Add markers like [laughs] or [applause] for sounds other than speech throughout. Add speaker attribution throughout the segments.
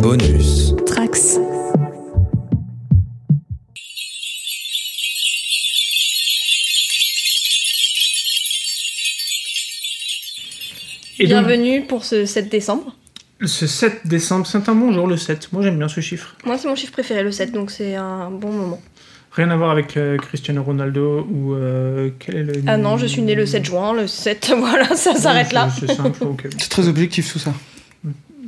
Speaker 1: Bonus.
Speaker 2: Trax.
Speaker 3: Et donc,
Speaker 4: Bienvenue pour ce 7 décembre.
Speaker 3: ce 7 décembre, c'est un bon jour le 7. Moi j'aime bien ce chiffre.
Speaker 4: Moi, c'est mon chiffre préféré, le 7, donc c'est un bon moment.
Speaker 3: Rien à voir avec euh, Cristiano Ronaldo ou euh, quel est le.
Speaker 4: Ah non, je suis née le 7 juin, le 7, [laughs] voilà, ça s'arrête
Speaker 3: C'est-
Speaker 4: là.
Speaker 3: C'est simple, ok.
Speaker 1: C'est très objectif tout ça.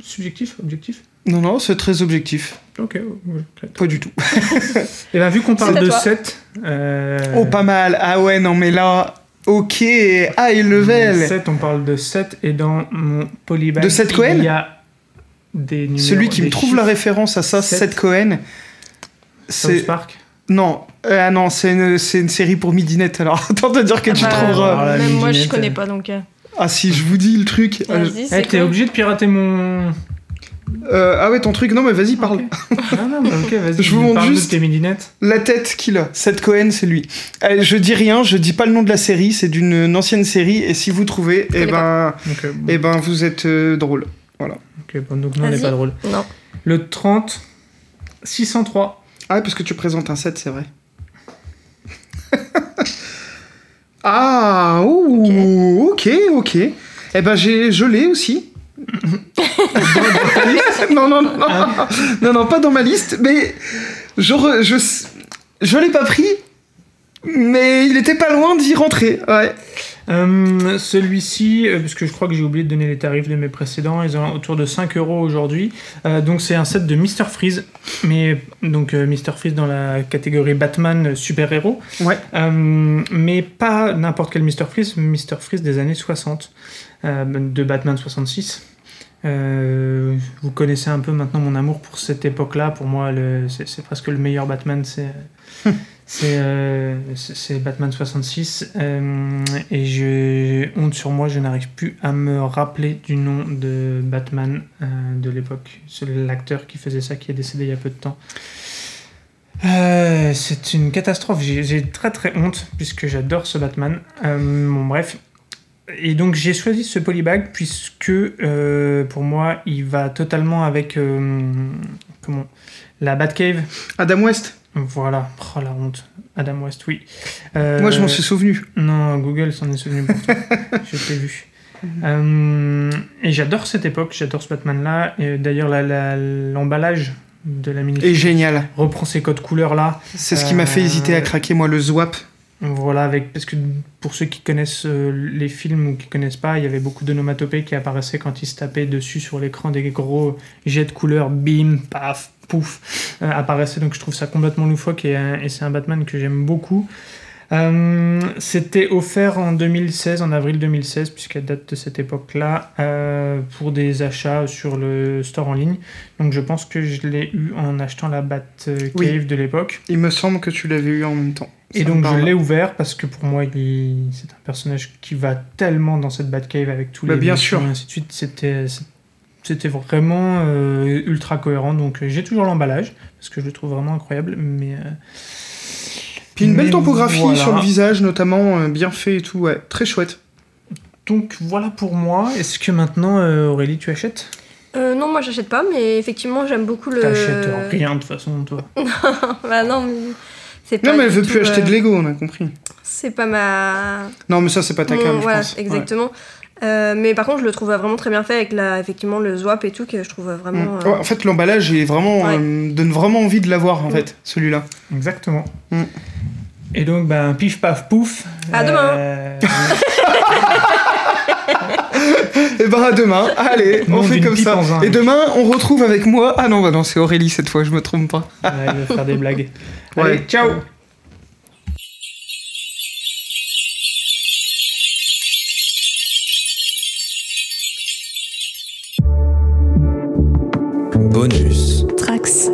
Speaker 3: Subjectif, objectif
Speaker 1: Non, non, c'est très objectif.
Speaker 3: Ok. oh, ok.
Speaker 1: Pas du tout.
Speaker 3: Et bien, Eh ben, vu qu'on parle
Speaker 4: à
Speaker 3: de euh,
Speaker 4: toi.
Speaker 3: 7.
Speaker 1: Oh, pas mal. Ah ouais, non, mais là, ok, high level.
Speaker 3: 7, on parle de 7, et dans mon polybag.
Speaker 1: De Seth Cohen
Speaker 3: Il y a des numéros.
Speaker 1: Celui qui
Speaker 3: des
Speaker 1: me trouve la
Speaker 3: chiffres.
Speaker 1: référence à ça,
Speaker 3: Sept.
Speaker 1: Seth Cohen,
Speaker 3: South
Speaker 1: c'est.
Speaker 3: Park.
Speaker 1: Non, euh, ah non, c'est une, c'est une série pour midinette, alors [laughs] attends de dire que tu
Speaker 4: Ah bah,
Speaker 1: trouveras.
Speaker 3: alors là,
Speaker 4: Même moi, je
Speaker 3: Midinette,
Speaker 4: connais
Speaker 3: euh,
Speaker 4: pas, donc euh,
Speaker 1: Ah si, je vous dis le truc. Euh,
Speaker 4: vas-y,
Speaker 3: Eh,
Speaker 4: c'est
Speaker 3: t'es
Speaker 4: quoi
Speaker 3: obligé de pirater mon.
Speaker 1: euh, ah ouais, ton truc, non mais vas-y, parle.
Speaker 3: Ok. non, non, mais ok, vas-y.
Speaker 1: [laughs] Je vous montre
Speaker 3: parle de
Speaker 1: juste-
Speaker 3: tes midinettes.
Speaker 1: La tête qu'il a, Seth Cohen, c'est lui. Euh, je dis rien, je dis pas le nom de la série, c'est d'une une ancienne série, et si vous trouvez, eh
Speaker 4: connais
Speaker 1: ben,
Speaker 3: Donc, euh, bon,
Speaker 1: eh ben, vous êtes euh, drôle.
Speaker 3: ok, bon, donc non, elle est
Speaker 4: Vas-y.
Speaker 3: pas drôle.
Speaker 4: Non.
Speaker 3: Le 30, 603.
Speaker 1: Ah ouais, parce que tu présentes un set, c'est vrai. [laughs] ah, ouh, ok, ok. Eh ben, j'ai, je l'ai aussi. non, non, non, non, non, non, pas dans ma liste, mais je, re- je, s- je l'ai pas pris, mais il était pas loin d'y rentrer. Ouais.
Speaker 3: Euh, celui-ci, euh, parce que je crois que j'ai oublié de donner les tarifs de mes précédents, ils ont autour de 5 euros aujourd'hui. Euh, donc c'est un set de Mr Freeze, mais donc euh, Mr Freeze dans la catégorie Batman euh, super héros,
Speaker 1: Ouais.
Speaker 3: Euh, mais pas n'importe quel Mr Freeze, Mr Freeze des années 60 euh, de Batman 66. Euh, vous connaissez un peu maintenant mon amour pour cette époque-là. Pour moi, le- c'est c'est presque le meilleur Batman. C'est c'est euh, c'est- c'est Batman 66 euh, et j'ai honte sur moi, je n'arrive plus à me rappeler du nom de Batman euh, de l'époque. C'est l'acteur qui faisait ça qui est décédé il y a peu de temps. Euh, c'est une catastrophe, j'ai j'ai très très honte puisque j'adore ce Batman. Euh, bon bref. Et donc j'ai choisi ce polybag puisque euh, pour moi il va totalement avec euh, comment la Batcave
Speaker 1: Adam West,
Speaker 3: voilà, oh, la honte. Adam West, oui. Euh,
Speaker 1: moi je m'en suis souvenu.
Speaker 3: Non, Google s'en est souvenu pour
Speaker 1: [laughs]
Speaker 3: toi. Je t'ai vu. Euh, et j'adore cette époque, j'adore ce Batman-là. Et D'ailleurs, la- la- l'emballage de la mini
Speaker 1: Et génial.
Speaker 3: reprend ces codes couleurs-là.
Speaker 1: C'est ce qui m'a fait
Speaker 3: Euh,
Speaker 1: hésiter à craquer, moi, le Zwap.
Speaker 3: Voilà, avec, parce que pour ceux qui connaissent euh, les films ou qui connaissent pas, il y avait beaucoup d'onomatopées qui apparaissaient quand ils se tapaient dessus sur l'écran, des gros jets de couleurs, bim, paf, pouf, euh, apparaissaient. Donc je trouve ça complètement loufoque et, euh, et c'est un Batman que j'aime beaucoup. Euh, C'était offert en 2016, en avril 2016, puisqu'elle date de cette époque-là, euh, pour des achats sur le store en ligne. Donc je pense que je l'ai eu en achetant la Batcave
Speaker 1: Oui.
Speaker 3: de l'époque.
Speaker 1: Il me semble que tu l'avais eu en même temps.
Speaker 3: Et
Speaker 1: Ça me
Speaker 3: donc je
Speaker 1: parle.
Speaker 3: l'ai ouvert parce que pour moi il- c'est un personnage qui va tellement dans cette Batcave avec tous
Speaker 1: Bah,
Speaker 3: les
Speaker 1: bien
Speaker 3: méchants
Speaker 1: sûr.
Speaker 3: et ainsi de suite. C'était c'était vraiment euh, ultra cohérent donc euh, j'ai toujours l'emballage parce que je le trouve vraiment incroyable mais euh,
Speaker 1: Puis une belle
Speaker 3: mais
Speaker 1: topographie
Speaker 3: voilà.
Speaker 1: sur le visage, notamment, euh, bien fait et tout, ouais. Très chouette.
Speaker 3: donc voilà pour moi. Est-ce que maintenant euh, Aurélie tu achètes
Speaker 4: Euh, non, moi, j'achète pas, mais effectivement, j'aime beaucoup le.
Speaker 3: T'achètes rien de toute façon toi.
Speaker 4: [laughs] bah non, mais c'est pas.
Speaker 1: Non, mais elle
Speaker 4: du
Speaker 1: veut
Speaker 4: tout,
Speaker 1: plus acheter
Speaker 4: euh,
Speaker 1: de Lego, on a compris.
Speaker 4: C'est pas ma.
Speaker 1: Non, mais ça, c'est pas ta
Speaker 4: Mon-
Speaker 1: cam, je
Speaker 4: voilà,
Speaker 1: pense.
Speaker 4: exactement. Euh, mais par contre, je le trouve vraiment très bien fait avec la, effectivement le swap et tout, que je trouve
Speaker 1: Ouais.
Speaker 4: vraiment.
Speaker 1: Mm.
Speaker 4: euh,
Speaker 1: Ouais, en fait, l'emballage est vraiment,
Speaker 4: Ouais.
Speaker 1: euh, donne vraiment envie de l'avoir, en
Speaker 4: Mm.
Speaker 1: fait, celui-là. [laughs]
Speaker 3: Exactement.
Speaker 1: Mm.
Speaker 3: Et donc ben pif paf pouf.
Speaker 4: À
Speaker 3: Euh, [laughs]
Speaker 1: Et ben, à demain, allez,
Speaker 3: Nom
Speaker 1: on fait
Speaker 3: d'une
Speaker 1: comme
Speaker 3: pipe
Speaker 1: ça.
Speaker 3: en zinc.
Speaker 1: Et demain, on retrouve avec moi. Ah non, bah non, c'est Aurélie cette fois, je me trompe pas.
Speaker 3: ouais, il veut faire des blagues.
Speaker 1: Ouais.
Speaker 3: Allez, ciao.
Speaker 1: Bonus.
Speaker 2: Trax.